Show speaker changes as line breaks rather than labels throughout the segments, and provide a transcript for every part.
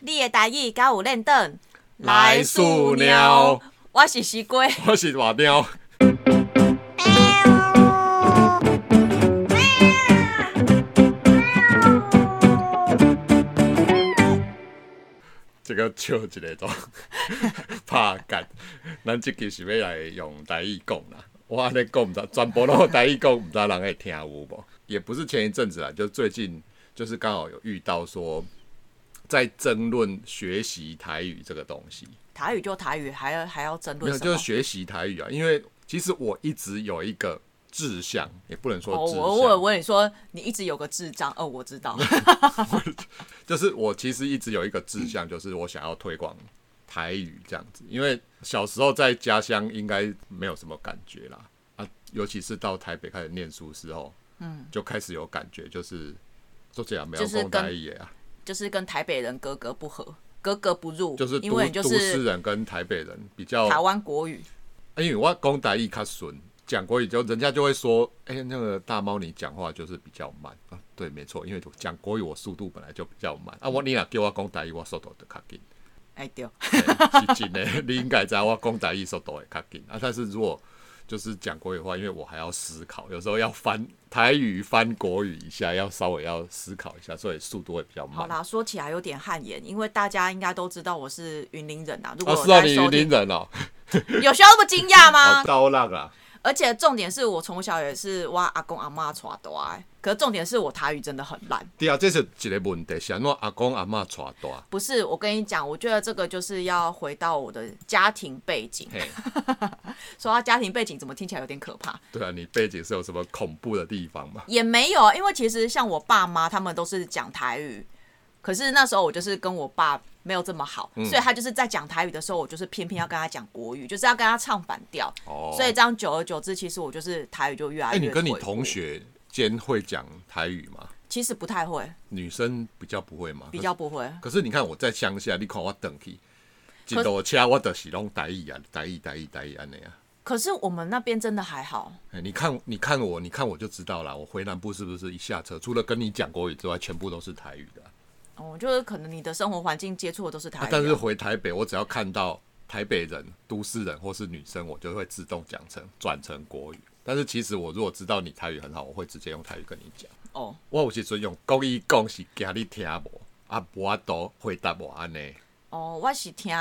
你的台语敢有认真？
来塑料，
我是西瓜。
我是大喵。这个笑一个都拍干，咱即期是要来用台语讲啦。我安尼讲，毋知全部拢台语讲，毋知人会听有无？也不是前一阵子啦，就最近就是刚好有遇到说，在争论学习台语这个东西。
台语就台语，还要还要争
没
论
有，
什
就
么
是？学习台语啊。因为其实我一直有一个志向，也不能说
哦
志向，
我我有问你说，你一直有个智障哦，我知道。
就是我其实一直有一个志
嗯
向，就是我想要推广台语这样子。因为小时候在家乡应该没有什么感觉啦，啊，尤其是到台北开始念书之后，嗯，就开始有感觉，就是做这样没有
就是
讲
跟
台语的啊，
就是跟台北人格格不合，格格不入，
就是
因
都
为你就
都市
是
人跟台北人比较
台湾国语，
哎因为我讲台语较顺，讲国语就人家就会说，哎、那个大猫你讲话就是比较慢啊。对，没错，因为讲国语我速度本来就比较慢
嗯
啊。我你若叫我讲台语，我速度就较紧，啊
哎对，
嘿是真的。你应该知道我讲台语速度会较紧啊。但是如果就是讲国语的话，因为我还要思考，有时候要翻台语翻国语一下，要稍微要思考一下，所以速度会比较
好
慢。啊
啦，说起来有点汗颜，因为大家应该都知道我是云林人啊。如果
哦，
有
是哦，
在
你
收
云
听
林，人哦，
有需要那么惊讶
好
吗？
刀浪啊！
而且重点是我从小也是我阿公阿妈传大的，啊可是重点是我台语真的很烂。
对啊，这是一个问题，是安怎啊阿公阿嬷带大？
不是，我跟你讲，我觉得这个就是要回到我的家庭背景。
嘿。
说到家庭背景，怎么听起来有点可怕？
对啊，你背景是有什么恐怖的地方吗？
也没有，啊因为其实像我爸妈他们都是讲台语，可是那时候我就是跟我爸没有这么好，
嗯
所以他就是在讲台语的时候，我就是偏偏要跟他讲国语，就是要跟他唱反调。
哦
所以这样久而久之，其实我就是台语就越来
哎、
越。
你跟你同，学间会讲台语吗？
其实不太会，
女生比较不会吗？
比较不会。
可是。可是你看我在乡下，你看我等去，一路车我就是拢台语啊，台语台语台语安尼啊。
可是我们那边真的还好，
哎、你看，你看我，你看我就知道啦。我回南部是不是一下车，除了跟你讲国语之外，全部都是台语的啊、
哦，就是可能你的生活环境接触的都是台语啊、
啊但是回台北，我只要看到台北人、都市人或是女生，我就会自动讲成转成国语。但是其实我如果知道你台语很好，我会直接用台语跟你讲。
哦，
我有时阵用国语讲是惊你听无，啊无法度回答我安尼。
哦，我是听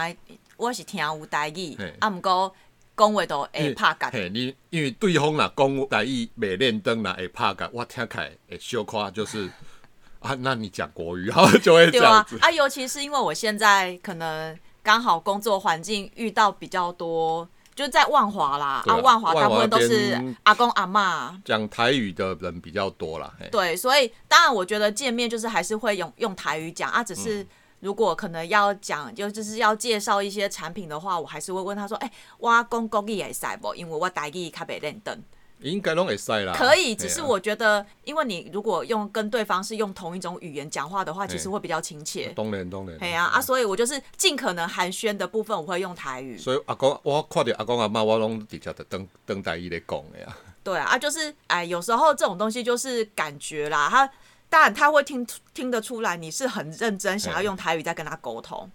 我是听有台语
嘿，
啊，毋过讲话都
因
会
为
拍感。
嘿，你因为对方若讲台语袂认真啦，会拍噶，我听起来会小夸就是 啊，那你讲国语，然后就会这
对
样
啊
子，。
啊，尤其是因为我现在可能刚好工作环境遇到比较多，就是在万华啦，
对啊
万华大部
万华
分都是
边
阿公阿妈。
讲台语的人比较多啦。嘿，
对，所以当然我觉得见面就是还是会用用台语讲啊，只
嗯
是如果可能要讲就就是要介绍一些产品的话，我还是会问他说，哎、我讲国语会使不？因为我台语较袂认得。
应该拢会使啦。
可以，
嘿啊
只是我觉得，因为你如果用跟对方是用同一种语言讲话的话，其实
嘿
会比较亲切。
当然当然。
哎呀啊，所以我就是尽可能寒暄的部分，我会用台语。
所以阿公，我看着阿公阿嬷，我拢直接就当当台语咧讲的啊。
对啊，啊就是哎，有时候这种东西就是感觉啦，他当然他会听听得出来，你是很认真想要用台语在跟他沟通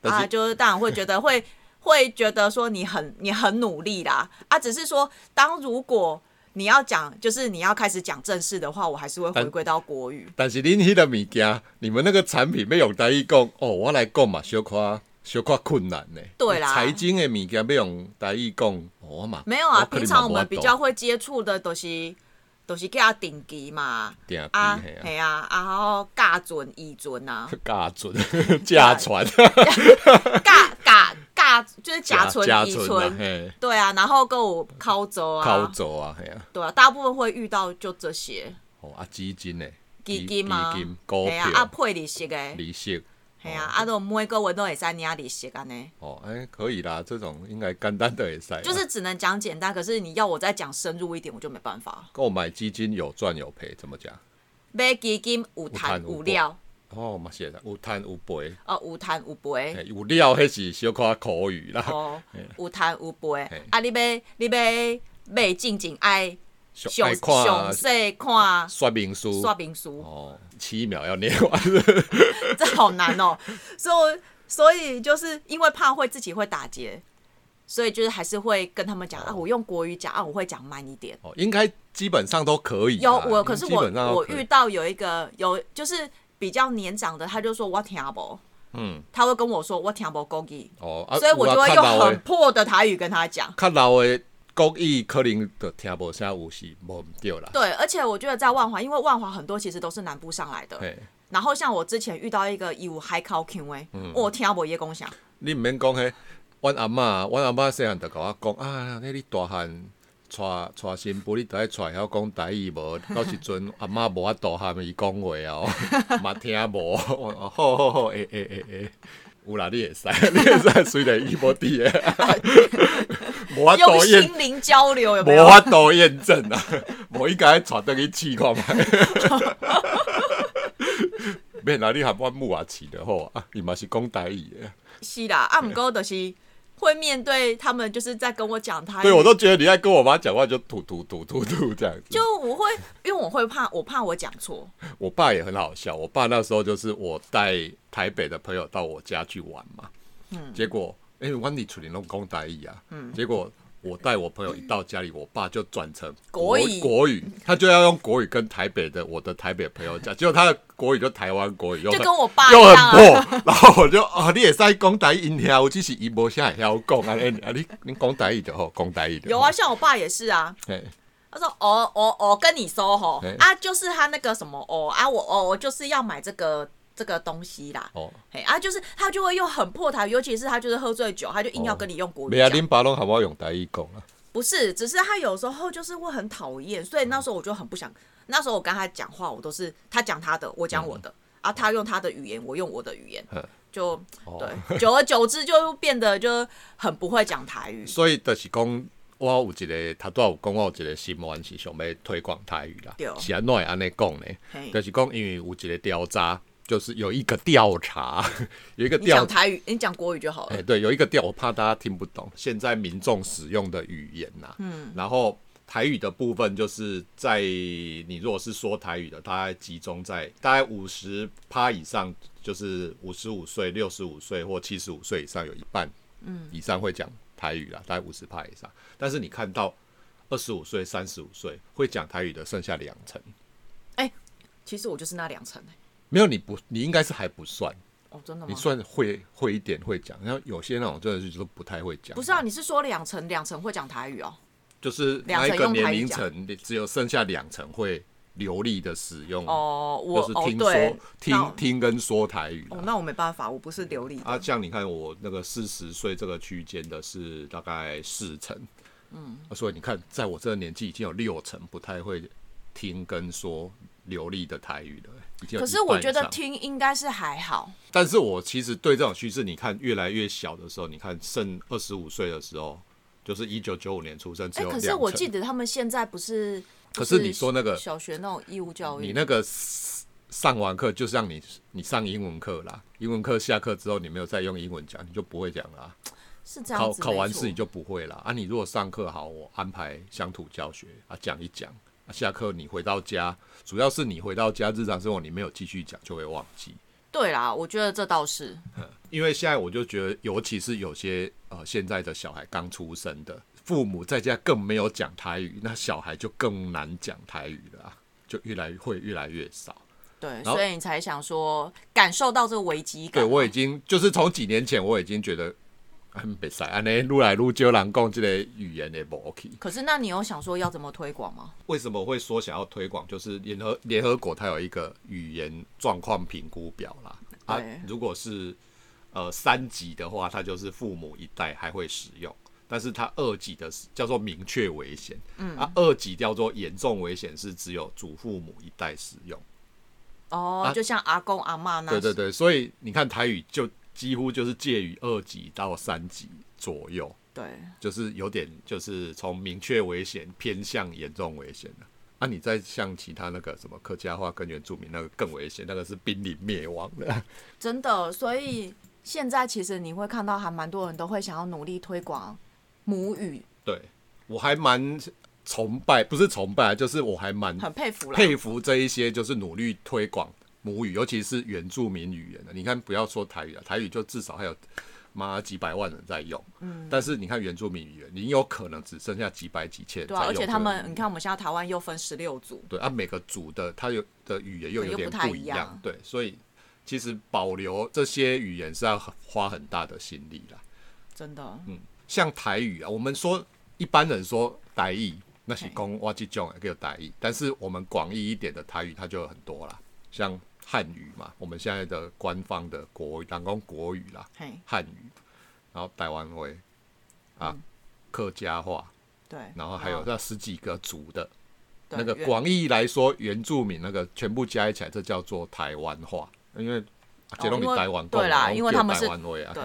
但
啊，
是
就是当然会觉得会 会觉得说你很你很努力啦啊，只是说当如果你要讲就是你要开始讲正事的话，我还是会回归到国语。
但是恁迄个物件，你们那个产品要用台语讲，哦，我来讲嘛，小可小可困难呢。
对啦
财经的物件要用台语讲，哦我嘛
没有啊，
可能
平
嘛
常我
无法
们
度
比较会接触的都、是都、就是叫顶级嘛，
定期
啊
嘿，啊
嘿啊，然后尬准、乙准啊，
驾船驾船
尬尬尬就是甲醇、
驾
乙
啊，
醇，
嘿，
对啊，然后够靠州
靠
啊，
走啊，嘿啊，
对啊，大部分会遇到就这些，
哦啊基金呢，
基金嘛
基金股
嘿啊，啊
票
配利息的，
利息，
嘿啊，啊都每个月都会使啊领利息安尼，
哦哎可以啦，这种应该简单的会使啦，啊
就是只能讲简单，可是你要我再讲深入一点，我就没办法。
购买基金有赚有赔，怎么讲？
买基金有
赚
谈
有
有
赔
料，
哦嘛是啦，有赚有赔，
哦有谈有赔。
嘿有料迄是小可口 语啦。
哦哦，有谈有赔
嘿，
啊，你要你要买进前爱详
爱
详
看
细看
说明书，
说明书。
哦，七秒要念完，
这好难哦。所以所以就是因为怕会自己会打结，所以就是还是会跟他们讲、啊，我用国语讲啊，我会讲慢一点。
哦，应该基本上都可以啦。
有我，可是
基
我
本上都
我
可以
遇到有一个有就是比较年长的，他就说我听不，
嗯
他会跟我说我听不国语，
哦，啊
所以我就会用
有啊较老的
很破的台语跟他讲。
较老的国语可能就听无啥有是无毋对啦。
对，而且我觉得在万华，因为万华很多其实都是南部上来的。
嘿，
然后像我之前遇到一个义务海口腔的，
嗯
我听不叶公想，
你毋免讲迄，阮阿嬷，阮阿嬷细汉就甲我讲啊，迄你大汉娶娶新妇，你着爱娶会晓讲台语无？到时阵阿嬷无法度喊伊讲话 哦，嘛听无。 我哦好好好，诶诶诶诶，欸有啦，你会使， 你会使，虽然伊无伫诶， 无法
用
度验，
心灵交流有没有
无？法度验证啊，无应该带倒去试 看觅。 免啦，你含阮母啊饲就好啊，伊嘛是讲台语诶。
是啦，啊，姆哥就是会面对他们，就是在跟我讲台语。
对，我都觉得你在跟我妈讲话就吐吐吐吐吐这样子。
就我会，因为我会怕，我怕我讲错。
我爸也很好笑，我爸那时候就是我带台北的朋友到我家去玩嘛，嗯，结果因为湾里处理弄公台语啊，嗯，结果我带我朋友一到家里，我爸就转成
国语
国语，他就要用国语跟台北的我的台北朋友 讲，结果他的国语就台湾国语，又
就
很
跟我爸
又
一
很
样啊
破，然后我就啊，你也在讲台语，因听有，只是伊无啥会晓讲啊，啊你你讲台语就好，讲台语就好
有啊，，像我爸也是啊，
嘿
他说哦哦哦，跟你说吼
对
啊，就是他那个什么哦啊，我哦我就是要买这个这个东西啦。
哦。
嘿啊，就是他就会用很破台语，尤其是他就是喝醉酒，他就硬要跟你用国语
没啊，
讲。
恁爸拢好我用台语讲啊。
不是，只是他有时候就是会很讨厌，所以
嗯
那时候我就很不想。那时候我跟他讲话，我都是他讲他的，我讲我的，啊，他用他的语言，我用我的语言
嗯，
就
哦
对，久而久之就变得就很不会讲台语。
所以就是讲，我有一个，他都有讲我有一个心愿是想要推广台语啦
对。
是安怎会安尼讲呢？
嘿
就是讲，因为有一个调查，就是有一个调查， 有一个
你讲
调，
台语，你讲国语就好
哎、
了。
对，有一个调，我怕大家听不懂，现在民众使用的语言呐、嗯，然后。台语的部分就是在你如果是说台语的，大概集中在大概五十趴以上，就是五十五岁、六十五岁或七十五岁以上，有一半以上会讲台语啦，大概五十趴以上。但是你看到二十五岁、三十五岁会讲台语的剩下两成，
其实我就是那两层、欸
没有你不，你应该是还不算，
哦，真的
你
吗？
算会会一点会讲，然后有些那种真的是都不太会讲，
不是啊，你是说两层，两层会讲台语哦？
就是那一个年龄层，你只有剩下两成会流利的使用，
哦，
嗯就
我
是
哦
听说、
对，那哦
听听跟说台语啦
哦，那我没办法，我不是流利的。
啊，像你看我那个四十岁这个区间的是大概四成，嗯，所以你看，在我这个年纪已经有六成不太会听跟说流利的台语了、已经有
可
一
是
半
我
以
觉得
上，
听应该是还好，
但是我其实对这种趋势，你看越来越小的时候，你看剩二十五岁的时候，就是一九九五年出生，只
哎、
有两
可
成。
是我记得他们现在不是，
可
不
是你说那个
小学那种义务教育，
你那个 s- 上完课，就像你你上英文课啦，英文课下课之后，你没有再用英文讲，你就不会讲啦。
是这样
考
子
考
没
完
错
试你就不会了啊！你如果上课好，我安排乡土教学啊，讲一讲啊，下课你回到家，主要是你回到家日常生活你没有继续讲，就会忘记。
对啦，我觉得这倒是
因为现在我就觉得，尤其是有些呃现在的小孩刚出生的，父母在家更没有讲台语，那小孩就更难讲台语了啊、就越来会越来越少。
对，
后
所以你才想说感受到这个危机感。
对我已经就是从几年前我已经觉得。很别塞，安尼愈来愈少人讲这个语言的无去。
可是那你有想说要怎么推广吗？
为什么会说想要推广？就是联合联合国它有一个语言状况评估表啦。啊
对，
如果是呃三级的话，它就是父母一代还会使用，但是它二级的是叫做明确危险，嗯，啊二级叫做严重危险是只有祖父母一代使用。
哦，
啊
就像阿公阿妈那，
对对对，所以你看台语就几乎就是介于二级到三级左右，
对
就是有点就是从明确危险偏向严重危险了。啊，你再像其他那个什么客家话跟原住民那个更危险，那个是濒临灭亡 的。
真的，所以现在其实你会看到还蛮多人都会想要努力推广母语，
对我还蛮崇拜，不是崇拜，就是我还蛮
很佩服啦。
佩服这一些就是努力推广母语，尤其是原住民语言的。你看，不要说台语啊了，台语就至少还有妈几百万人在用。嗯，但是你看原住民语言，你有可能只剩下几百几千人在
对
用
啊，
这
而
个语
且
言。
他们，你看我们现在台湾又分十六组，
对啊，每个组的它有的语言又有
又
点
不太
不
一
一
样
样，对，所以其实保留这些语言是要很花很大的心力啦。
真的，
嗯像台语啊，我们说一般人说台语，那是
嘿
公哇这种叫台语，但是我们广义一点的台语，它就有很多啦，像汉语嘛，我们现在的官方的国语，人讲国语啦，
嘿，
汉语，然后台湾话啊，
嗯
客家话，
对。
然后还有那十几个族的，
对
那个
原
广义来说，原住民那个全部加起来，这叫做台湾话，因为杰隆
哦
你
因为
台湾话
对啦
我
因为他们
叫
是
台湾话啊。
对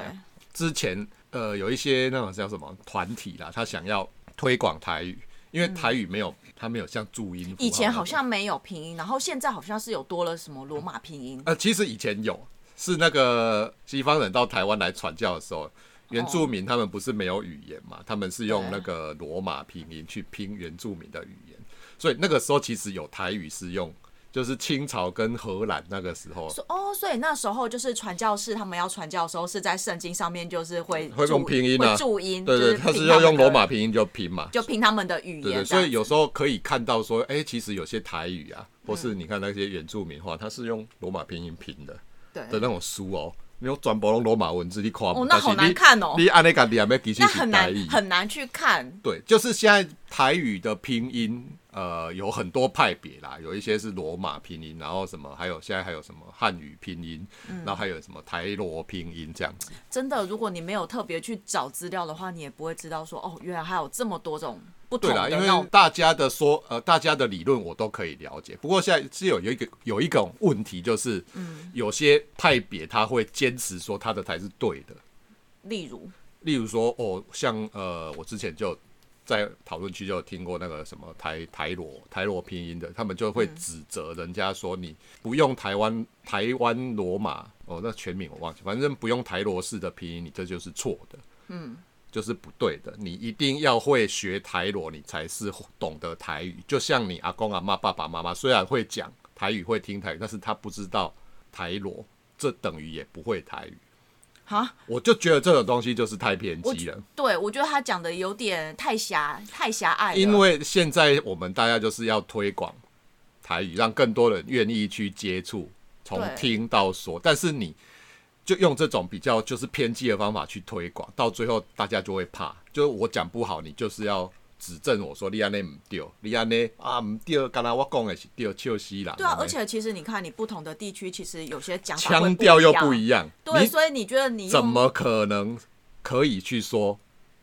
之前呃有一些那种叫什么团体啦，他想要推广台语，因为台语没有，他没有像注音符号那
嗯
种。
以前好像没有拼音，然后现在好像是有多了什么罗马拼音，
呃，其实以前有，是那个西方人到台湾来传教的时候。原住民他们不是没有语言
嗯
嘛，他们是用那
对
个罗马拼音去拼原住民的语言，所以那个时候其实有台语是用，就是清朝跟荷兰那个时候
说哦，所以那时候就是传教士他们要传教的时候是在圣经上面就是会
会用
注
拼音啊
会注音，
对对，
就
他
拼
是要
们
用罗
的
马拼音就拼嘛，
就拼他们的语言这
对对，
样子，
所以有时候可以看到说，哎，其实有些台语啊，或
嗯
是你看那些原住民话，它是用罗马拼音拼的的
对。
那种书哦，你用转播用罗马文字你看不，
哦那
但是
好难
你
看哦
你按那个念的其实
那
是
很
台
难
语，
很难去看，
对，就是现在台语的拼音，呃，有很多派别啦，有一些是罗马拼音，然后什么，还有现在还有什么汉语拼音，
嗯
然后还有什么台罗拼音这样子。
真的。如果你没有特别去找资料的话，你也不会知道说哦，原来还有这么多种不同
对
的
啦，因
那
为
种。
大家的说，呃，大家的理论我都可以了解。不过现在是有一个有一种问题，就是，
嗯
有些派别他会坚持说他的才是对的。
例如，
例如说，哦，像呃，我之前就在讨论区就有听过那个什么台台罗台罗拼音的，他们就会指责人家说你不用台湾台湾罗马哦，那全名我忘记，反正不用台罗式的拼音，你这就是错的，嗯，就是不对的。你一定要会学台罗，你才是懂得台语。就像你阿公阿妈、爸爸妈妈虽然会讲台语、会听台语，但是他不知道台罗，这等于也不会台语。
哈，
我就觉得这种东西就是太偏
我
激了。
对我觉得他讲的有点太狭太狭隘了，
因为现在我们大家就是要推广台语，让更多人愿意去接触，从
对
听到说。但是你就用这种比较就是偏激的方法去推广，到最后大家就会怕，就是我讲不好，你就是要指正我说你安内唔对，你安内啊唔对，刚才我讲的是对，笑死啦。
对啊，而且其实你看，你不同的地区，其实有些讲法会
腔调又
不
不一样，
对，
你
所以你觉得你用
怎么可能可以去说？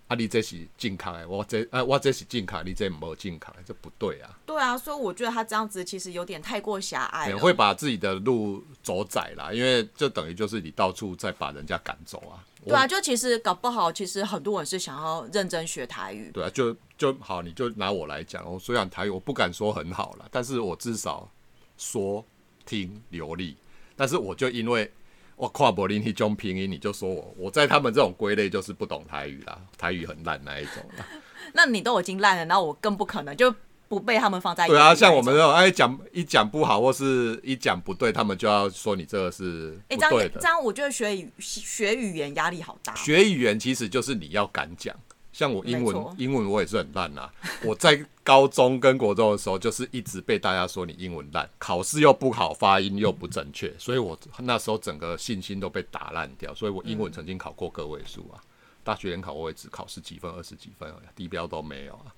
啊，你这是健康的，我这啊，我这是健康，你这没健康，这不对啊！
对啊？所以我觉得他这样子其实有点太过狭隘
也
了。
会把自己的路走窄啦，因为这等于就是你到处在把人家赶走啊。
对啊，
我，
就其实搞不好，其实很多人是想要认真学台语，
对啊，就就好，你就拿我来讲，我虽然台语我不敢说很好啦，但是我至少说听流利。但是我就因为我跨柏林那种拼音，你就说我我在他们这种归类就是不懂台语啦，台语很烂那一种啦。
那你都已经烂了，那我更不可能就不被他们放在眼里
对
那
啊，
一种。
像我们这种哎讲一讲不好或是一讲不对，他们就要说你这个是
哎、
不
这
对
样
的
这。样，我觉得学语学语言压力好大。啊
学语言其实就是你要敢讲。像我英
没
文
错，
英文我也是很烂啦、啊我在高中跟国中的时候，就是一直被大家说你英文烂，考试又不好，发音又不正
嗯
确，所以我那时候整个信心都被打烂掉。所以我英
嗯
文曾经考过个位数啊，大学联考我也只考十几分、二十几分而已，低标都没有啊。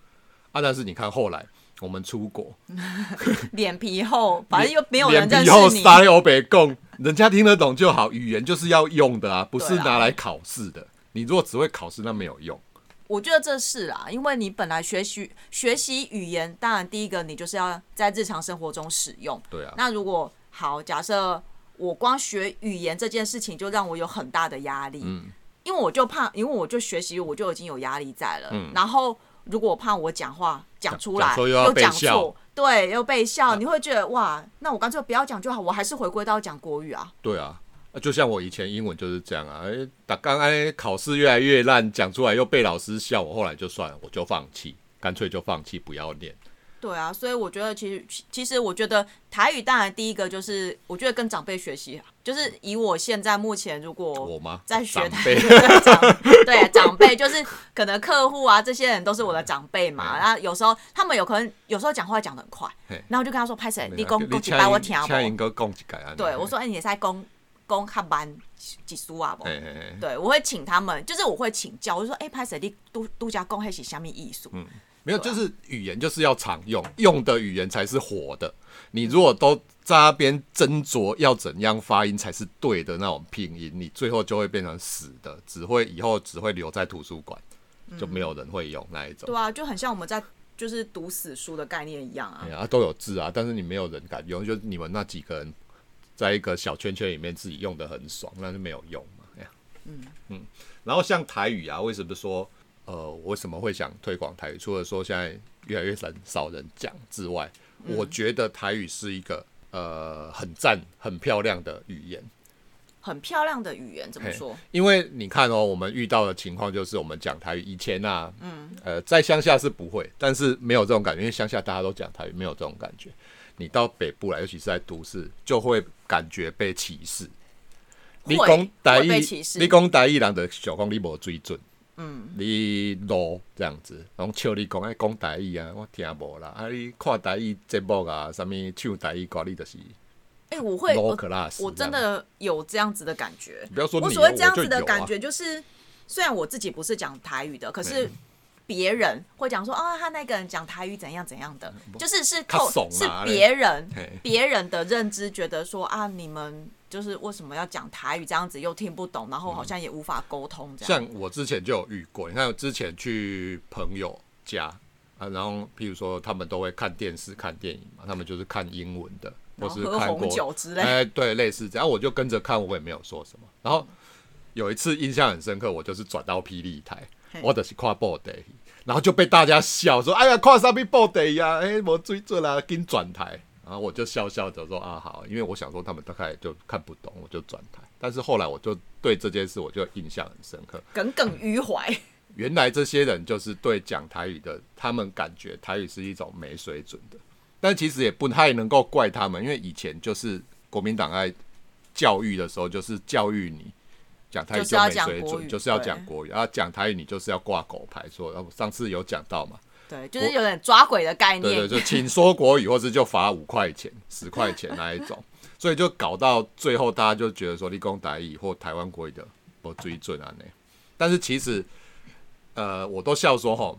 啊，但是你看后来我们出国，
脸皮厚，反正又没有人认
脸皮
识
厚
你。
塞欧北共，人家听得懂就好。语言就是要用的啊，不是
对啊
拿来考试的。你如果只会考试，那没有用。
我觉得这是啦，因为你本来学习学习语言，当然第一个你就是要在日常生活中使用。
对啊，
那如果好，假设我光学语言这件事情就让我有很大的压力，
嗯
因为我就怕，因为我就学习我就已经有压力在了，然后如果我怕我讲话讲出
嗯讲
来
错又要被
讲
笑啊
错，对，又被笑，你会觉得哇，那我干脆不要讲就好，我还是回归到讲国语啊，
对啊，啊就像我以前英文就是这样啊，哎，打刚哎考试越来越烂，讲出来又被老师笑，我后来就算了，我就放弃。干脆就放弃不要念。
对啊，所以我觉得其实其其实我觉得台语当然第一个就是我觉得跟长辈学习，就是以我现在目前如果
我吗
在学
长
台
辈
语对长对长辈就是可能客户啊这些人都是我的长辈嘛，
嗯
然后有时候他们有可能有时候讲话讲的很快
嘿，
然后我就跟他说拍谁，你
讲
公公几百我听
请
不？
因哥讲一解啊。
对我说，哎、你也在公公较慢几数啊不？
嘿，嘿嘿
对，我会请他们，就是我会请教，我就说，哎、拍谁你都都家公还是虾米艺
嗯
术？
没有，就是语言就是要常用，用的语言才是活的。你如果都在那边斟酌要怎样发音才是对的那种拼音，你最后就会变成死的，只会以后只会留在图书馆，就没有人会用那一种。
对啊，就很像我们在就是读死书的概念一样啊
哎。呀啊，都有字啊，但是你没有人敢用，就你们那几个人在一个小圈圈里面自己用的很爽，那就没有用嘛。哎呀，嗯嗯，然后像台语啊，为什么说呃，我为什么会想推广台语？除了说现在越来越少少人讲之外，我觉得台语是一个呃很赞、很漂亮的语言。
很漂亮的语言，怎么
嘿
说？
因为你看哦，我们遇到的情况就是我们讲台语，以前啊，嗯，呃，在乡下是不会，但是没有这种感觉，因为乡下大家都讲台语，没有这种感觉。你到北部来，尤其是在都市，就会感觉被歧视。你讲台
会被
语
歧，视
你讲台语人的小讲你无水准，嗯，你 low 这样子，然后笑你讲爱讲台语啊，我听无啦。啊，你看台语节目啊，啥物唱台语歌，你就是
哎、我会，
low
我
class
我真
这样，
的有这样子的感觉。
你不要说
我
你
所谓
哦
这样
我就
子的
有啊
感觉，就是虽然我自己不是讲台语的，可是别人会讲说啊，他那个人讲台语怎样怎样的，就是是
嗯较
透
怂
是
啊
别人
嘿
别人的认知，觉得说啊，你们就是为什么要讲台语这样子，又听不懂，然后
嗯
好像也无法沟通这样。
像我之前就有遇过，你看我之前去朋友家啊，然后譬如说他们都会看电视、看电影嘛，他们就是看英文的，或
然后
是
喝
看
红
过
酒之类
哎、对，类似这样，我就跟着看，我也没有说什么。然后有一次印象很深刻，我就是转到霹雳台
嘿，
我就是跨 b o d 然后就被大家笑说：“哎呀，跨啥咪 b o d 呀，哎，我追准啦，跟转台。”然后我就笑笑着说：“啊，好，因为我想说他们大概就看不懂，我就转台。”但是后来我就对这件事我就印象很深刻，
耿耿于怀，
原来这些人就是对讲台语的，他们感觉台语是一种没水准的，但其实也不太能够怪他们，因为以前就是国民党在教育的时候，就是教育你讲台语
就是
就
要
没
讲
水
国
准，
语
就是要
对
讲国语，啊，讲台语你就是要挂狗牌，说然后上次有讲到嘛，
对，就是有点抓鬼的概
对
念
对，。就请说国语，或是就罚五块钱、 十块钱那一种，所以就搞到最后，大家就觉得说立功台语或台湾国语的不追准啊呢。但是其实，呃，我都笑说吼，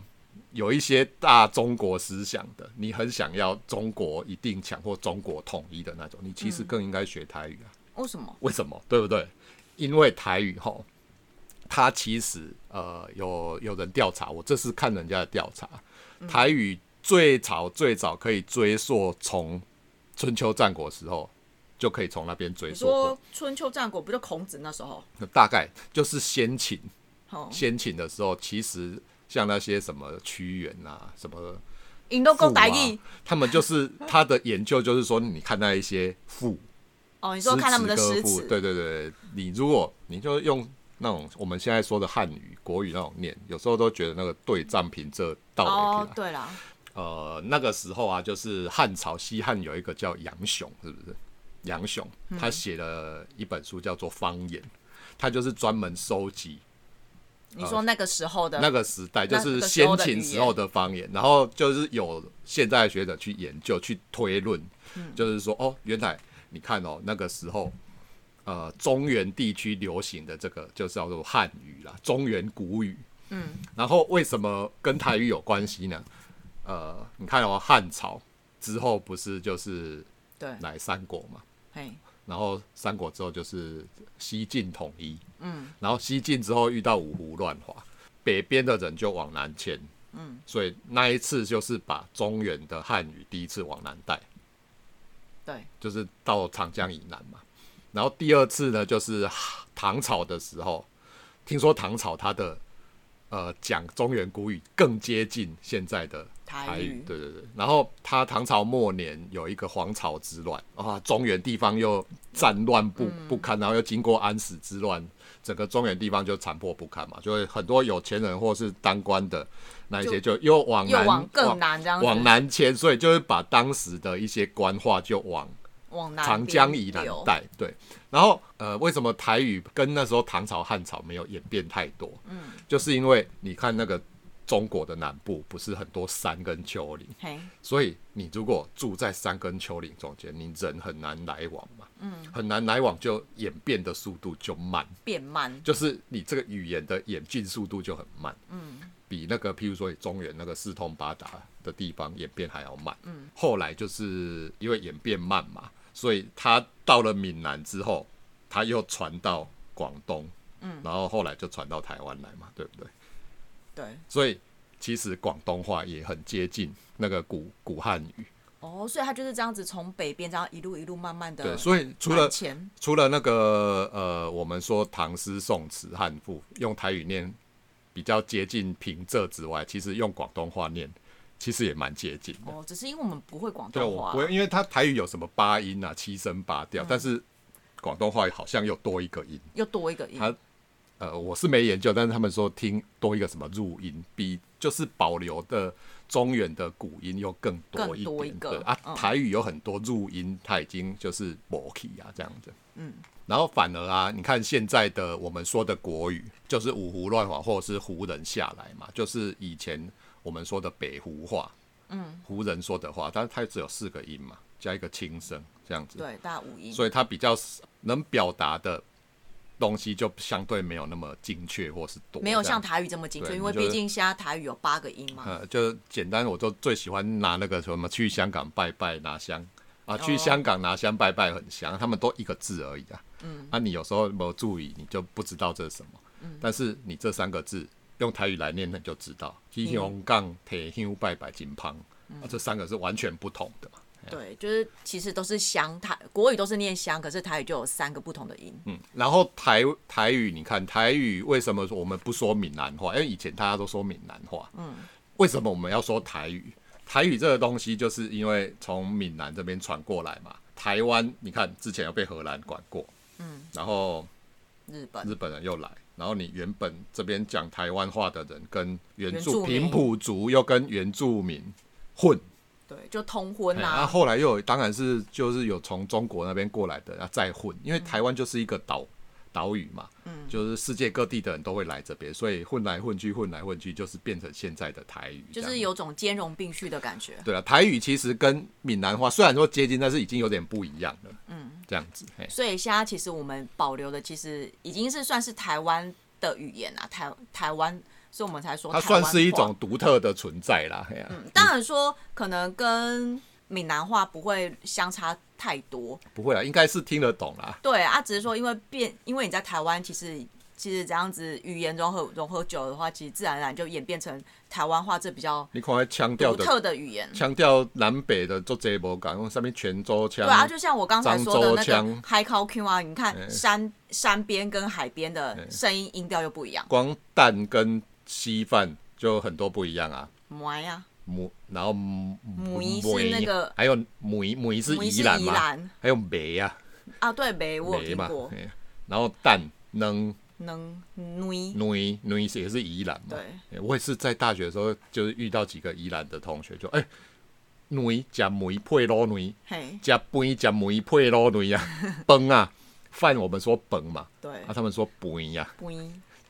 有一些大中国思想的，你很想要中国一定强或中国统一的那种，你其实
嗯
更应该学台语啊。
为什么？
为什么？对不对？因为台语吼，它其实呃有有人调查，我这是看人家的调查，
嗯
台语最早最早可以追溯从春秋战国时候就可以从那边追
你
溯过
说，春秋战国不就孔子那时候？
大概就是先秦
哦，
先秦的时候，其实像那些什么屈原啊什么。
引都
父
讲台
啊
语。，
他们就是他的研究，就是说，你看那一些赋，
哦，你
诗
说
词
看他们的
歌
诗
赋
词，
对对对，你如果你就用那种我们现在说的汉语、国语那种念，有时候都觉得那个对仗平仄到尾
哦
去，了。
对啦，
呃，那个时候啊，就是汉朝西汉有一个叫杨雄，是不是？杨雄
嗯
他写了一本书叫做《方言》，他就是专门收集
你说那个时候的，
哦 那个时代，就
那
是
个时
先
候的
秦
语
时
言
候的方言，然后就是有现在的学者去研究、去推论，
嗯
就是说，哦，原来你看哦，那个时候，呃，中原地区流行的这个就是叫做汉语啦，中原古语。嗯，然后为什么跟台语有关系呢？呃，你看哦，汉朝之后不是就是
对，
来三国嘛，
嘿，
然后三国之后就是西晋统一，嗯，然后西晋之后遇到五胡乱华，北边的人就往南迁，嗯，所以那一次就是把中原的汉语第一次往南带，
对，
就是到长江以南嘛。然后第二次呢，就是唐朝的时候，听说唐朝它的呃讲中原古语更接近现在的
台
台
语
语，对对对。然后他唐朝末年有一个黄巢之乱啊，中原地方又战乱不
嗯
不堪，然后又经过安史之乱，整个中原地方就残破不堪嘛，就会很多有钱人或是当官的那一些就又往
又
南
往更南这样子
往南迁，所以就是把当时的一些官话就往
往南
长
边
江以南
流
带，对。然后呃，为什么台语跟那时候唐朝、汉朝没有演变太多？嗯，就是因为你看那个中国的南部不是很多山跟丘陵，
嘿，
所以你如果住在山跟丘陵中间，你人很难来往嘛，嗯，很难来往，就演变的速度就慢，
变慢，
就是你这个语言的演进速度就很慢，嗯，比那个譬如说你中原那个四通八达的地方演变还要慢，嗯，后来就是因为演变慢嘛，所以他到了闽南之后，他又传到广东，嗯，然后后来就传到台湾来嘛，对不对？
对，
所以其实广东话也很接近那个古古汉语，
哦，所以他就是这样子从北边这样一路一路慢慢的，
对，所以除了
前
除了那个呃，我们说唐诗、宋词、汉赋用台语念比较接近平仄之外，其实用广东话念其实也蛮接近的。
哦，只是因为我们不会广
对，
东
我
话
不，会，因为它台语有什么八音啊、七声八调，但是广东话好像又多一个音。
又多一个音，
它呃，我是没研究，但是他们说听多一个什么入音，比就是保留的中原的古音又更多
更
一
多一
点。
个
对啊，
嗯
台语有很多入音，它已经就是模 key 啊这样子。嗯，然后反而啊，你看现在的我们说的国语，就是五胡乱华或者是胡人下来嘛，就是以前我们说的北胡话，嗯，胡人说的话，但是它只有四个音嘛，加一个轻声这样子。
对，大家五音，
所以它比较能表达的东西就相对没有那么精确或是多，
没有像
这样
台语这么精确，
对
因为
你就
毕
是
竟现在台语有八个音嘛，
呃，就简单，我就最喜欢拿那个什么去香港拜拜拿香
哦
啊，去香港拿香拜拜很香，他们都一个字而已啊，嗯，啊，你有时候没有注意，你就不知道这是什么，嗯，但是你这三个字用台语来念，那你就知
嗯
道，去香港提香拜拜金旁，啊，这三个是完全不同的嘛，
对，就是其实都是香台国语都是念香，可是台语就有三个不同的音，
嗯，然后台台语，你看台语为什么我们不说闽南话？因为以前大家都说闽南话，嗯，为什么我们要说台语？台语这个东西，就是因为从闽南这边传过来嘛。台湾，你看之前有被荷兰管过，嗯，然后
日本
日本人又来，然后你原本这边讲台湾话的人跟原
原
住
住民
平埔族又跟原住民混，
对，就通婚
哎
啊，
啊，后来又有，当然是就是有从中国那边过来的，啊，再混，因
嗯
为台湾就是一个岛岛屿嘛，嗯，就是世界各地的人都会来这边，所以混来混去，混来混去，就是变成现在的台语这
就
样，
是有种兼容并蓄的感觉。
对啊，台语其实跟闽南话虽然说接近，但是已经有点不一样了，嗯，这样子，嘿，
所以现在其实我们保留的其实已经是算是台湾的语言啊，台台湾，所以我们才说
它
台湾
算是一
话嗯
种独特的存在啦，嘿啊，
当然说，可能跟闽南话不会相差太多。
不会啦，啊应该是听得懂啦，
对啊，只是说因为变，因为你在台湾其实。其实这样子语言融合融合久了的话，其实自然而然就演变成台湾话这比较
你看那腔调
独
的
特的语言。
腔调南北的做这无讲，用上面泉州腔，
对啊，就像我刚才说的那
漳州
个
腔
海口 Q 啊，你看
哎
山山边跟海边的声音音调又不一样，
光蛋跟稀饭就很多不一样啊。
妈呀！
母，然后母
母仪是那个
还有母仪母仪是
母仪是
宜兰
宜兰
嘛，还有梅啊
啊，对，梅我有
梅
听
嘛
过，，
嘿然后蛋能
能女
女女也是宜兰嘛，
对
嘿我也是在大学的时候就是遇到几个宜兰的同学，就哎女加梅配卤女，
嘿，
加饭加梅配卤女啊，饭啊 饭我们说饭嘛，
对
啊，他们说饭呀、啊。
饭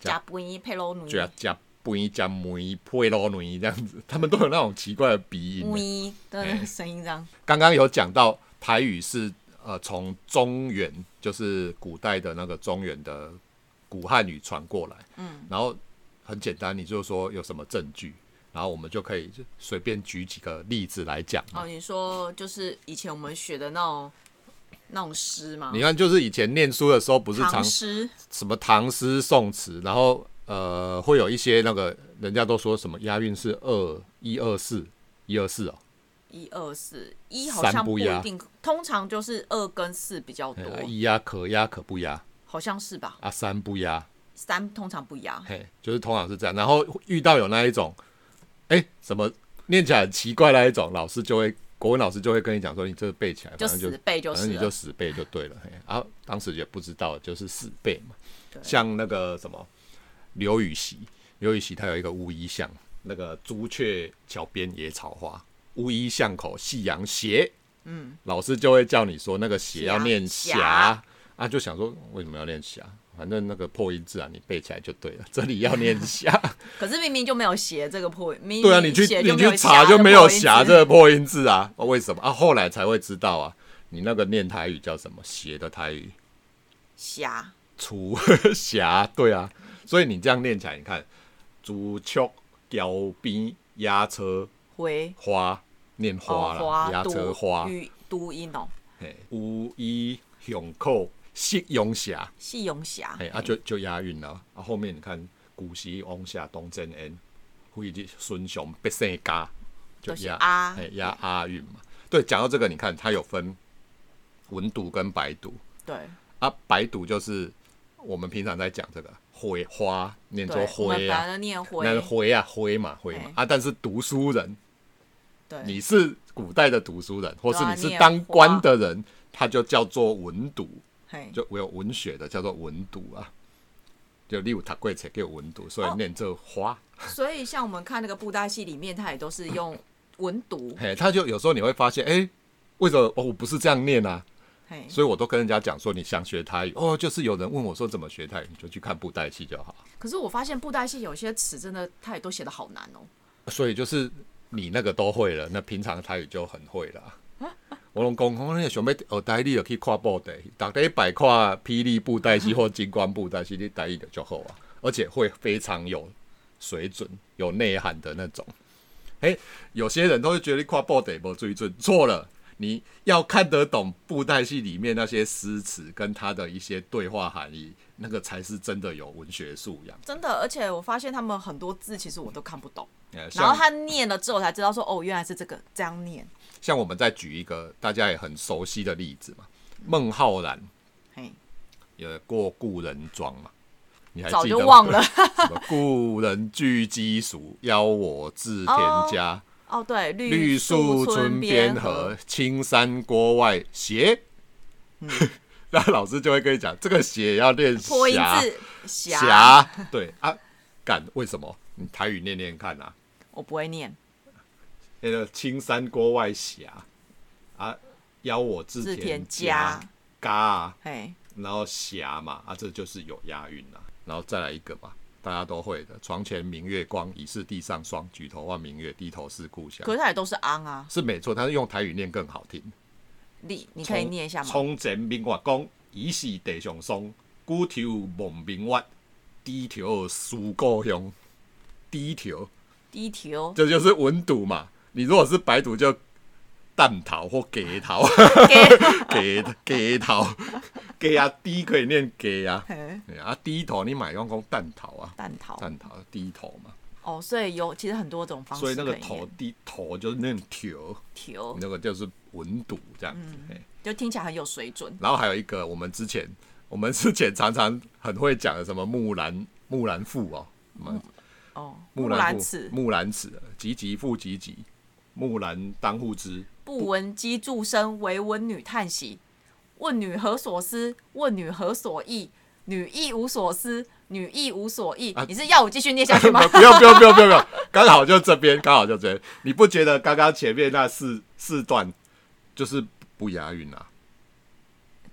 加饭配卤女，
加加饭加梅配咯梅这样子，他们都有那种奇怪的鼻音。
喂的那个声音这样，
刚刚有讲到台语是呃从中原，就是古代的那个中原的古汉语传过来，嗯，然后很简单，你就说有什么证据，然后我们就可以随便举几个例子来讲嘛。
哦，你说就是以前我们学的那种那种诗吗
你？看，就是以前念书的时候，不是常
唐诗，
什么唐诗宋词，然后呃会有一些那个人家都说什么押韵是二一二四一二四哦，
一二四一好
三
像不
不
一
押
定，通常
哎
就是二跟四比较多
啊哎，一压可压可不压
好像是吧？
啊，三不压
三通常不要。
嘿，就是通常是这样。然后遇到有那一种，哎、什么念起来很奇怪那一种，老师就会国文老师就会跟你讲说，你这个背起来，
就
反正就
死背就
反正你
是
就
了
死背就对了。嘿，然、后当时也不知道，就是死背嘛。
对
像那个什么刘禹锡，刘禹锡他有一个乌衣巷，那个朱雀桥边野草花，乌衣巷口夕阳斜。嗯，老师就会叫你说那个斜要念
斜
霞啊，就想说为什么要念霞？反正那个破音字啊，你背起来就对了。 这里要念 霞，
可是明明就没有写这个破音，明明
对啊，你去
写就
你
没有
去查
霞的
就没有
破音
霞
字
这个破音字啊？啊为什么啊？后来才会知道啊，你那个念台语叫什么？斜的台语。
霞，
楚霞，对啊，所以你这样念起来，你看朱雀、雕兵、压车
回
花，念花
哦花
啦，压、车
读
花，
语读音哦，
嘿乌衣雄寇夕阳霞，
细永霞
哎、啊就就押韵了。啊后面你看古时往下东正恩，惠及孙雄百姓家，就
都是
押
啊
哎押押韵嘛。对，讲到这个，你看它有分文读跟白读，
对，
啊，白读就是我们平常在讲这个灰花，念作
对，我们
灰
本来
啊，
的念回，
那灰啊灰嘛灰嘛
哎
啊，但是读书人，
对，
你是古代的读书人，或是
对啊
你是
念
当
花
官的人，他就叫做文读，
嘿
就我有文学的叫做文读啊。就例如塔贵才给文读，所以
哦
念这花，
所以像我们看那个布袋戏里面，它也都是用文读，
嘿，他就有时候你会发现，哎、为什么哦我不是这样念啊？
嘿，
所以我都跟人家讲说，你想学台语哦，就是有人问我说怎么学台语，你就去看布袋戏就好。
可是我发现布袋戏有些词真的，它也都写的好难哦。
所以就是你那个都会了，那平常台语就很会了。我拢讲，我你想要学台语，就去看布袋，大家百看霹雳布袋戏或金光布袋戏，你台语就就好啊，而且会非常有水准、有内涵的那种。哎、有些人都会觉得你看布袋没水准，错了。你要看得懂布袋戏里面那些诗词跟它的一些对话含义，那个才是真的有文学素养。
真的，而且我发现他们很多字其实我都看不懂，
呃
然后
像
他念了之后才知道说，哦，原来是这个这样念，
像我们再举一个大家也很熟悉的例子嘛，孟浩然
嘿，
也过故人庄嘛，你还记得吗
早就忘了。
什么故人具鸡俗，邀我至田家。
哦，对，
绿树村边
河，嗯
合，青山郭外斜。 那老师就会跟你讲，这个斜要练
破音
霞
字霞，
霞，对啊，干为什么？你台语念念看啊，
我不会念，
那个青山郭外斜啊，邀我至
至
田
田家
嘎啊。
嘿，
然后霞嘛，啊，这就是有押韵啦。然后再来一个嘛，大家都会的，床前明月光，疑是地上霜，举头望明月，低头思故乡
可。是它也都是昂啊，
是没错，但是用台语念更好听。
你你可以念一下吗？
床前明月光，疑是地上霜，举头望明月，低头思故乡。低头，
第一题哦，
这就是文读嘛。你如果是白读，就蛋桃或给桃， 给给桃，给啊低可以念给啊。
嘿
对啊，低头你买用讲蛋头啊，
蛋桃
蛋头低头嘛，
哦，所以有其实很多种方式哦可以
所以那
念，
个头低头就是那种条，
题哦，
那个就是文读这样子。嘿
就听起来很有水准，
然后还有一个，我们之前我们之前常常很会讲的什么木兰木兰赋哦，什么
哦，
木
兰
赋
辞，
木兰辞，急急复急急，木兰当户织。
不闻机杼声，惟闻女叹息。问女何所思？问女何所忆？女亦无所思，女亦无所
啊
忆。你是要我继续念下去吗
？不用不用不用不用不用，刚好就这边，刚好就这边。你不觉得刚刚前面那四四段就是不押韵啊？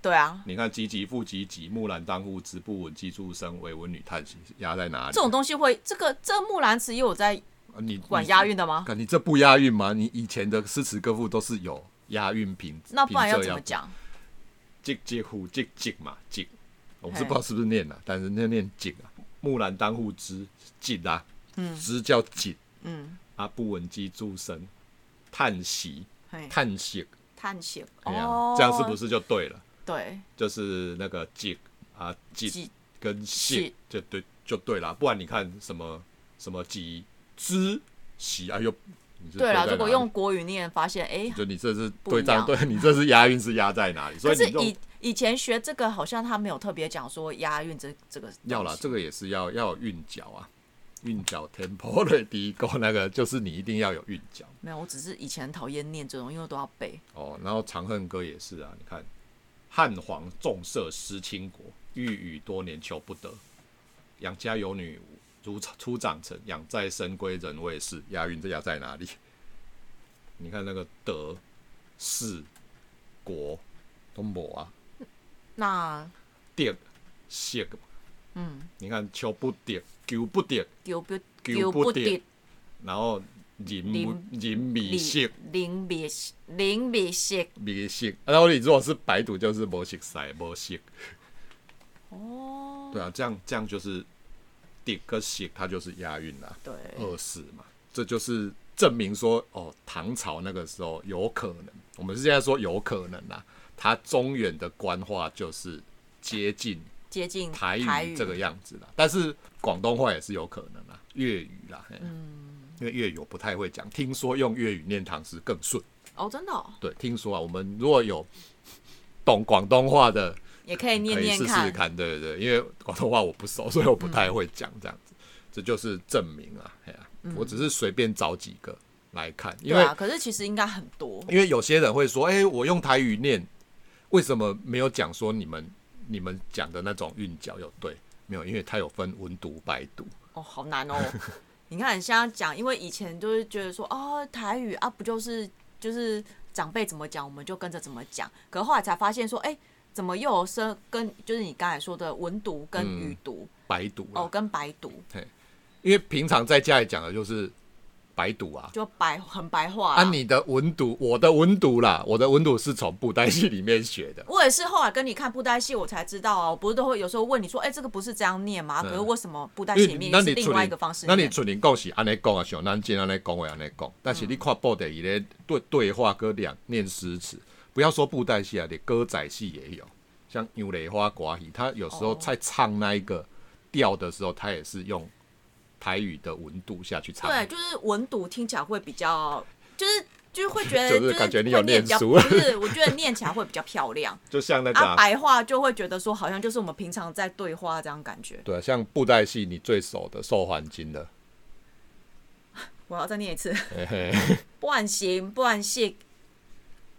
对啊，
你看积极复积极，木兰当户织，不闻机杼声，惟闻女叹息，押在哪里？
这种东西会，这个这木兰辞也有在
啊你
管押韵的吗？
看你这不押韵吗？你以前的诗词歌赋都是有押韵平，
那不然要
平仄
怎么？讲？
积极复积极嘛，积，我是不知道是不是念啊，但是那念紧啊。木兰当户织，紧啊，嗯，织叫紧
嗯，
啊，不闻机杼声，叹息，
嘿，
叹息，
叹息。
哎呀
哦，，
这样是不？是就对了？
对，
就是那个紧啊，紧。
几
跟谢
是，
就对就对啦，不然你看什么什么几知喜哎呦，你是
对
了，
了，如果用国语念，发现哎，
就你这是
不
对
一样
仗，对你这是押韵是押在哪里？所
可
以
是
你用
以以前学这个好像他没有特别讲说押韵这这个东西
要啦，这个也是要要有韵脚啊，韵脚 tempo 的第一个那个就是你一定要有韵脚
没有，我只是以前很讨厌念这种，因为都要背。
哦。然后《长恨歌》也是啊，你看汉皇重色思倾国，欲语多年求不得。养家有女如初长成，养在深闺人未识。押韵这押在哪里？你看那个德、是、国都没啊，
那
得、谢，
嗯，
你看求不得，求不得，
丢不
丢
丢
不
不
得
得，
然后人
人
人未识。
零米零米色
迷信，然后你如果是白读，就是摩西塞摩西，
哦，
对啊，这样这样就是第个西，它就是押韵啦，
对，
二四嘛，这就是证明说哦，唐朝那个时候有可能，我们是现在说有可能啦，它中原的官话就是接近
接近
台
台
语这个样子啦，但是广东话也是有可能啦，粤语啦，嗯，因为粤语我不太会讲，听说用粤语念唐诗更顺，
哦，真的哦
对，听说啊，我们如果有懂广东话的。
也可以念
嗯可以
念嗯
试试看，对对对，因为广东话我不熟，所以我不太会讲这样子，这就是证明啊，哎呀、我只是随便找几个来看，因
嗯对
为、
啊，可是其实应该很多，
因为有些人会说，哎、我用台语念，为什么没有讲说你们你们讲的那种韵脚有对？没有，因为它有分文读白读，
哦，好难哦。你看你现在讲，因为以前就是觉得说，哦，台语啊，不就是就是长辈怎么讲，我们就跟着怎么讲。可是后来才发现说，哎、怎么又有声跟就是你刚才说的文读跟
嗯
语读、
白读啦、
哦，跟白读
因为平常在家里讲的就是白读啊。
就白很白话啦。
啊，你的文读，我的文读啦，我的文读是从布袋戏里面学的，
我也是后来跟你看布袋戏，我才知道啊。我不是都会有时候问你说，哎、这个不是这样念吗？
嗯
可是为什么布袋戏
因
里
为
面
咱
是
你
另外一个方式
那你
念？
纯林讲是安尼讲啊，像咱今安尼讲话安尼讲，但
嗯
是你看布袋伊咧对对话跟两念诗词，不要说布袋戏啊，连歌仔戏也有，像牛雷花寡戏，他有时候
哦
在唱那一个调的时候，他也是用台语的文度下去唱。
对，就是文读听起来会比较，就是就是会觉
就
得
是感觉你
会
有念
比较
书
不是，我觉得念起来会比较漂 亮。
就像那个啊、
啊，白话就会觉得说好像就是我们平常在对话这样感觉。
对啊，像布袋戏你最熟的《受还经》的，
我要再念一次：
嘿嘿，
半形半色，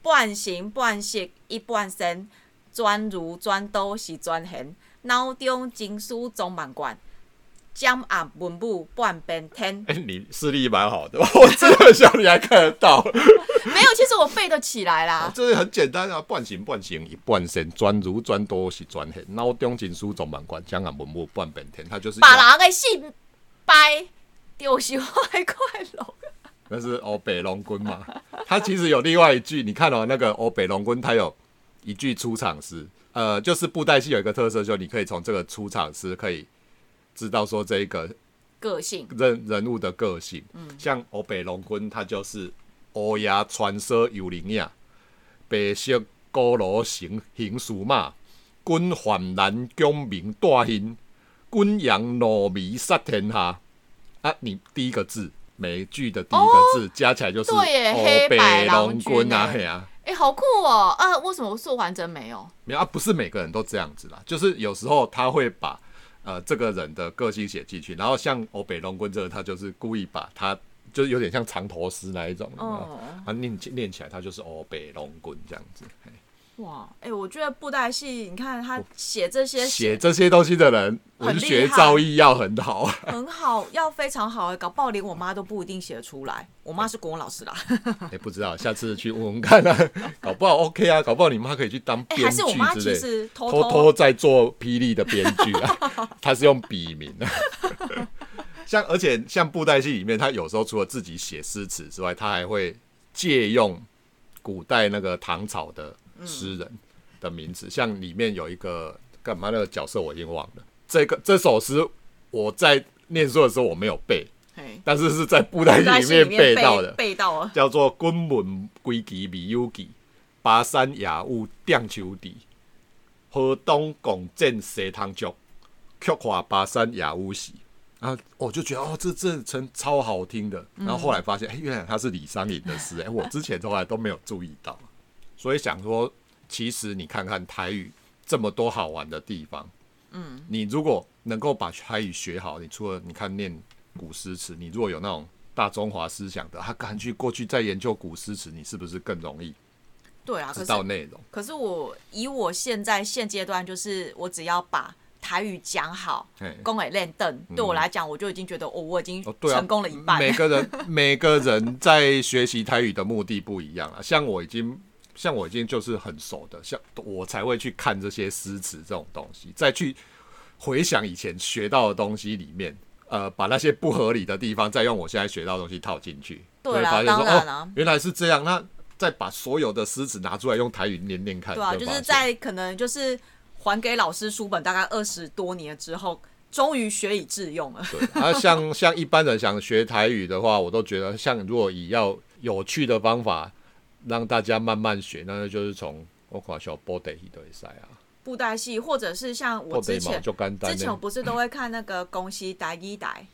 半形半色一半身，转如转都是转行，脑中情思总万贯，掌握文武半边天。
哎、你视力蛮好的， 我真的想你还看得到。
没有，其实我背得起来
啊
啦，。
这很简单啊，半形半形一半身，专如专多是专黑，脑中情书总满贯，香港文物半本天，他就是
把人的信拜，就是我的快乐。
那是欧北龙君嘛。 他其实有另外一句，你看哦，那个欧北龙君他有一句出场诗，呃，就是布袋戏有一个特色，就你可以从这个出场诗可以知道说这一个
个性
人人物的个性。像欧北龙君，他就是乌鸦穿梭幽灵影，白色高楼行行书马，君患难功名大兴，君扬怒眉杀天下。啊，你第一个字，每一句的第一个字、加起来就是
哦对耶黑白郎君
啊，
耶
嘿啊。
哎、好酷哦！啊，为什么素还真没有？
没有啊，不是每个人都这样子啦，就是有时候他会把呃这个人的个性写进去，然后像欧北龙棍这个，他就是故意把他就是有点像长头诗那一种，
哦
啊，他念起念起来他就是欧北龙棍这样子。嘿
哇，哎、我觉得布袋戏，你看他写这些
写这些东西的人，
很厉害
文学造诣要很好 啊。
很好，要非常好、欸，搞不好连我妈都不一定写得出来。我妈是国文老师啦，
也、哎不知道，下次去问问看啊，搞不好 OK 啊，搞不好你妈可以去当
哎、
编
还
剧
是我妈
之
其
类。
实偷
偷偷在做霹雳的编剧 啊，他是用笔名啊。像而且像布袋戏里面，他有时候除了自己写诗词之外，他还会借用古代那个唐朝的诗
嗯
人的名字，像里面有一个干嘛那个角色我已经忘了。这个这首诗我在念书的时候我没有背，
嘿
但是是在布袋
布袋
戏
戏
里
里
面
面背
背到的。
背到了。
叫做“君文归期未有期，巴山野雾点秋地。河东拱阵西汤竹，菊花巴山野雾时。”啊，我就觉得哦，这这成超好听的。然后后来发现，哎、原来它是李商隐的诗，哎、我之前从来都没有注意到，所以想说，其实你看看台语这么多好玩的地方，嗯，你如果能够把台语学好，你除了你看念古诗词，你如果有那种大中华思想的，他啊敢去过去再研究古诗词，你是不是更容易
对啊，可
知
是
道内容？
可是我以我现在现阶段，就是我只要把台语讲好
嘿，
公委练凳，对我来讲，我就已经觉得哦，我已经
哦，对啊，
成功了一半。
每 个人每个人在学习台语的目的不一样啊，像我已经。像我已经就是很熟的，像我才会去看这些诗词这种东西，再去回想以前学到的东西里面，呃，把那些不合理的地方，再用我现在学到的东西套进去，
对
就会
啦
发现说
当然啊啦
哦，原来是这样，那再把所有的诗词拿出来用台语念念看，
对啊，
会
就
发
是
现
在可能就是还给老师书本大概二十多年之后，终于学以致用了。
对， 啊，像像一般人想学台语的话，我都觉得像如果以要有趣的方法让大家慢慢学，那就是从我看小波得一对赛啊，
布袋戏，或者是像我
波
之
得嘛
前
就简单
之前我
的
不是都会看那个宫西达一代，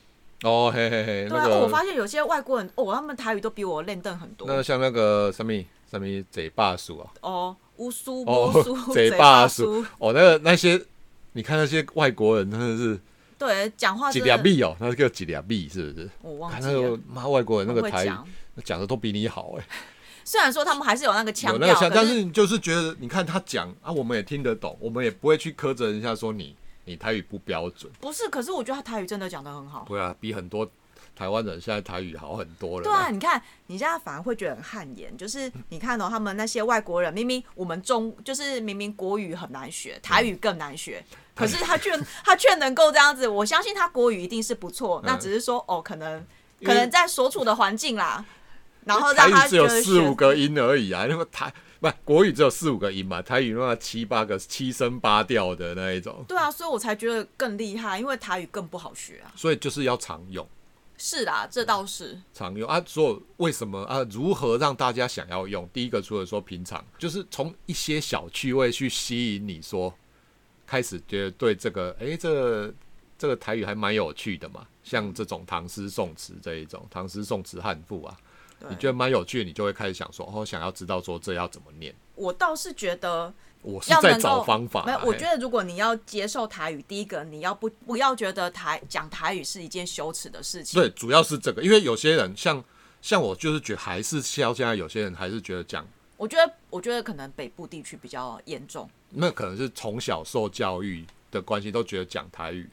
哦，嘿嘿嘿，
对
那
啊，哦我发
个
现有些外国人哦，他们台语都比我练凳很
那
多
个像那个什么什么贼霸鼠啊，
哦，乌苏
哦
波苏
贼霸
霸
鼠
苏，
哦，那个那些你看那些外国人真的是
对，讲话
几
真
两
的
币哦，那个几两币是不是？
我忘
看
记
那
了
个。妈外国人那个
很会
台语
讲
讲的都比你好哎、
虽然说他们还是有那个腔
有那
调
个，像，
可
但是你就是觉得，你看他讲啊，我们也听得懂，我们也不会去苛责人家说你你台语不标准，
不是？可是我觉得他台语真的讲的很好。
不会啊，比很多台湾人现在台语好很多了
对
啦。
啊，你看你现在反而会觉得很汗颜，就是你看哦到、他们那些外国人，明明我们中就是明明国语很难学，台语更难学，
嗯
可是他却 他却能够这样子，我相信他国语一定是不错，那只是说哦，可能
嗯因为
可能在所处的环境啦，然后
台
让他
语只
觉
有
得
四
学
五个音而已啊，那个台不国语只有四五个音嘛，台语那么七八个七声八调的那一种，
对啊，所以我才觉得更厉害，因为台语更不好学啊。
所以就是要常用
是啦，这倒是。
常用啊。所以为什么啊？如何让大家想要用？第一个除了说平常，就是从一些小趣味去吸引你说开始觉得对这个，诶，这个这个台语还蛮有趣的嘛，像这种唐诗宋词这一种，唐诗宋词汉赋啊，你觉得蛮有趣的，你就会开始想说，哦，想要知道说这要怎么念。
我倒是觉得
我是
要能
在
够
找方法啊
没有
啦，，
我觉
得
得如果你要接受台语，第一个你要不不要觉得台讲台语是一件羞耻的事情。
对，主要是这个，因为有些人像像我，就是觉得还是像现在有些人还是觉得讲，
我觉得，我觉得可能北部地区比较严重。
那可能是从小受教育的关系，都觉得讲台语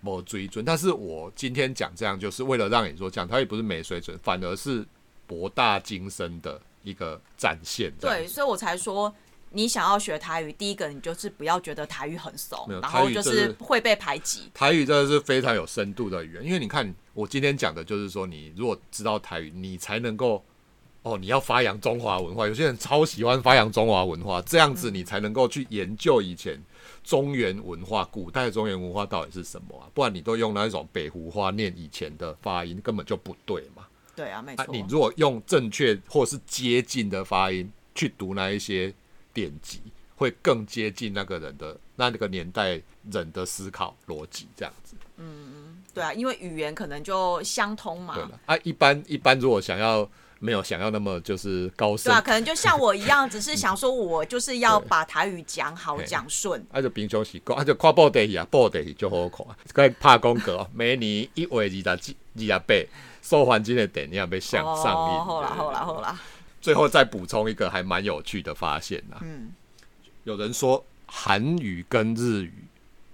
没水准。但是我今天讲这样，就是为了让你说讲台语不是没水准，反而是博大精深的一个展现。这样
对，所以我才说，你想要学台语，第一个你就是不要觉得台语很怂
没有，
然
台
后
语
就
真
是
的
会被排挤。
台语真的是非常有深度的语言，因为你看，我今天讲的就是说，你如果知道台语，你才能够哦，你要发扬中华文化。有些人超喜欢发扬中华文化，这样子你才能够去研究以前中原文化、古代中原文化到底是什么啊？不然你都用那一种北湖话念以前的发音，根本就不对嘛。
对啊，没错
啊，，你如果用正确或是接近的发音去读那一些典籍，会更接近那个人的那个年代人的思考逻辑这样子。
对啊，因为语言可能就相通嘛
对。了啊，一般一般如果想要没有想要那么就是高
对
深，
啊，
啊
可能就像我一样，只是想说，我就是要
对
把台语讲好
嘿
讲顺。
就平常时讲，啊就看报地去啊，报地去就好看。该拍广告，哦每年一月二十二二十八，受欢迎的电影要上上映。
哦，好啦
对
好啦好啦。
最后再补充一个还蛮有趣的发现呐、
嗯
有人说韩语跟日语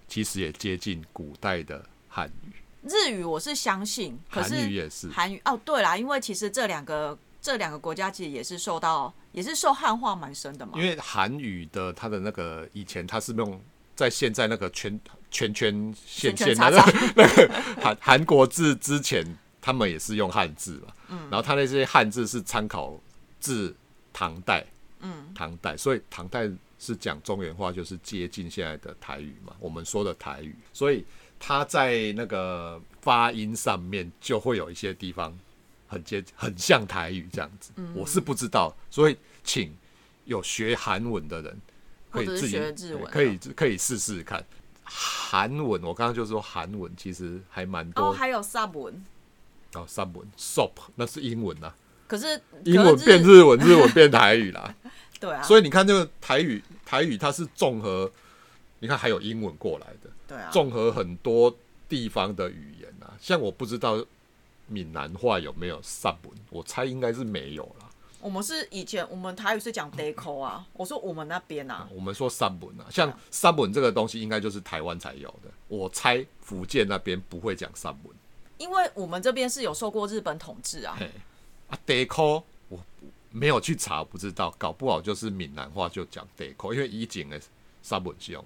其实也接近古代的汉语，
日语我是相信，可
韩语
是
也是。
韩语哦，对啦，因为其实这两个这两个国家其实也是受到也是受汉化蛮深的嘛
因。为韩语的它的那个以前它是用在现在那个圈圈圈线
圈圈
线
叉
那
叉
个 那个韩韩国字之前，他们也是用汉字嘛，
嗯
然后他那些汉字是参考自唐代，嗯，唐代，所以唐代是讲中原话，就是接近现在的台语嘛，我们说的台语，所以它在那个发音上面就会有一些地方很接很像台语这样子，
嗯
我是不知道，所以请有学韩文的人可以
哦或者是
自己
学日文哦的
可以可以试试看。韩文，我刚刚就说韩文其实还蛮多
哦，还有 sub 文
哦，三文 soap 那是英文呐、
可是
英文变
可是
日文，日文变台语 啦。
对啊，
所以你看这个台语，台语它是综合，你看还有英文过来的，
对啊，
综合很多地方的语言啊。像我不知道闽南话有没有散文，我猜应该是没有啦。
我们是以前我们台语是讲 deco 啊，我说我们那边啊，
我们说散文啊，像散文这个东西，应该就是台湾才有的。我猜福建那边不会讲散文。
因为我们这边是有受过日本统治啊，
嘿，啊 d e c o 我没有去查，不知道，搞不好就是闽南话就讲 d e c o 因为以前的三文是用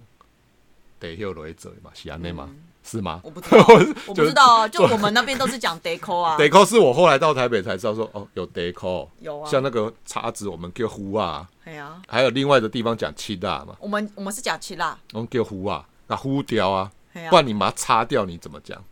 d e c o 来做的嘛，是安内吗？是吗
嗯我不知 道，我不知道啊，就
就
我们那边都是讲 deco 啊
d，e c o 是我后来到台北才知道说，哦，有 d e c o
有啊
像那个叉子我们叫呼啊，
哎呀，
还有另外的地方讲七大嘛，
我们我们是讲七啦，
我们叫呼啊，那呼掉啊，
哎呀
不，然你把它擦掉，你怎么讲？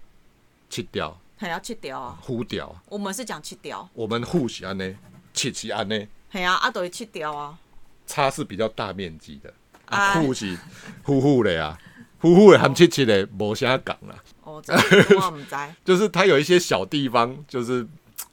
七掉，
哎呀七条啊，
呼掉啊，
我们是讲七条，
我们呼是安内，七是安内。
哎呀，啊都是七条啊，
差是比较大面积的，
哎
啊，糊是糊糊的啊，糊糊的含七七的无啥讲啦，
哦，这个我唔知，
就是它有一些小地方，就是，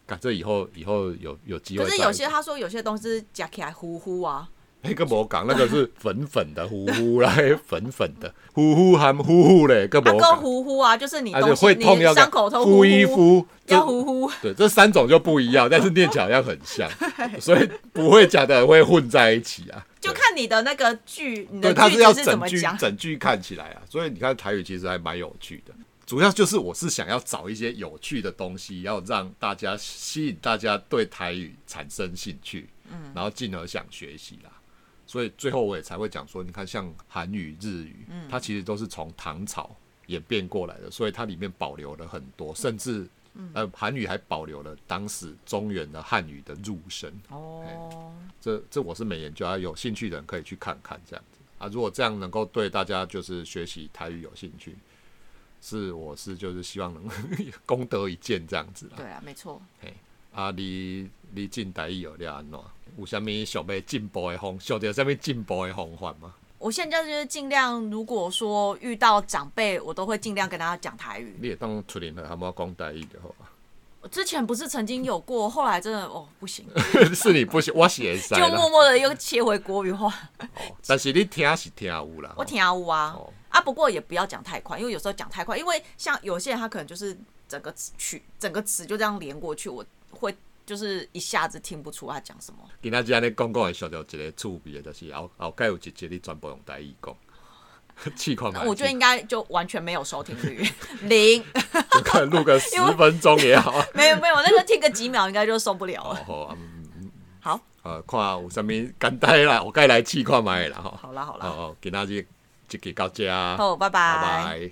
感这以后以后有有机会
可
再，
是有些他说有些东西夹起来糊糊啊，
那个无讲，那个是粉粉的糊糊啦， 粉粉的糊糊含糊糊的，个
啊
无
够
讲，
糊糊啊，就是你
而且
东西
会痛
你
要
伤口都糊
敷一
糊，
敷，
要
这
糊糊，
对，这三种就不一样，但是念起来好像很 像，所以不会讲的会混在一起啊，
就
对
看你的那个剧，你的
对，它
句
是要
子是怎
整
么
句
讲，
整句看起来啊，所以你看台语其实还蛮有趣的。主要就是我是想要找一些有趣的东西，要让大家吸引大家对台语产生兴趣，嗯，然后进而想学习啦。所以最后我也才会讲说，你看像韩语、日语，
嗯
它其实都是从唐朝演变过来的，所以它里面保留了很多，甚至
嗯
呃韩语还保留了当时中原的汉语的入声。
哦。
这这我是没研究啊，有兴趣的人可以去看看这样子啊。如果这样能够对大家就是学习台语有兴趣，是我是就是希望能 功德一件这样子啦。
对啊，没错。
啊，你你进台语有了安怎？有啥物想要进步的方，想到啥物进步的方法吗？
我现在就是尽量，如果说遇到长辈，我都会尽量跟他讲台语。
你也当出林了，还冇讲台语就好啊。
我之前不是曾经有过，后来真的哦不 行，
是你不行，我是会使
就默
啦。
默的又切回国语化。
但是你听是听有啦。
我听啊呜啊
哦
啊，不过也不要讲太快，因为有时候讲太快，因为像有些人他可能就是整个词曲整个词就这样连过去，我会就是一下子听不出他讲什么。
今仔日安尼讲讲，会想到一个趣味的，就是后后盖有一集你全部用台语讲， 试看
那
看。
我觉得应该就完全没有收听率， 零，
就可能录个十分钟也好。
没有没有，那个听个几秒应该就受不了
哦
了。
好，嗯
好，
呃，看有啥物简单啦，我该来试看卖啦吼。
好啦好
哦
啦，
哦，今仔日即集到遮，
好，
拜拜。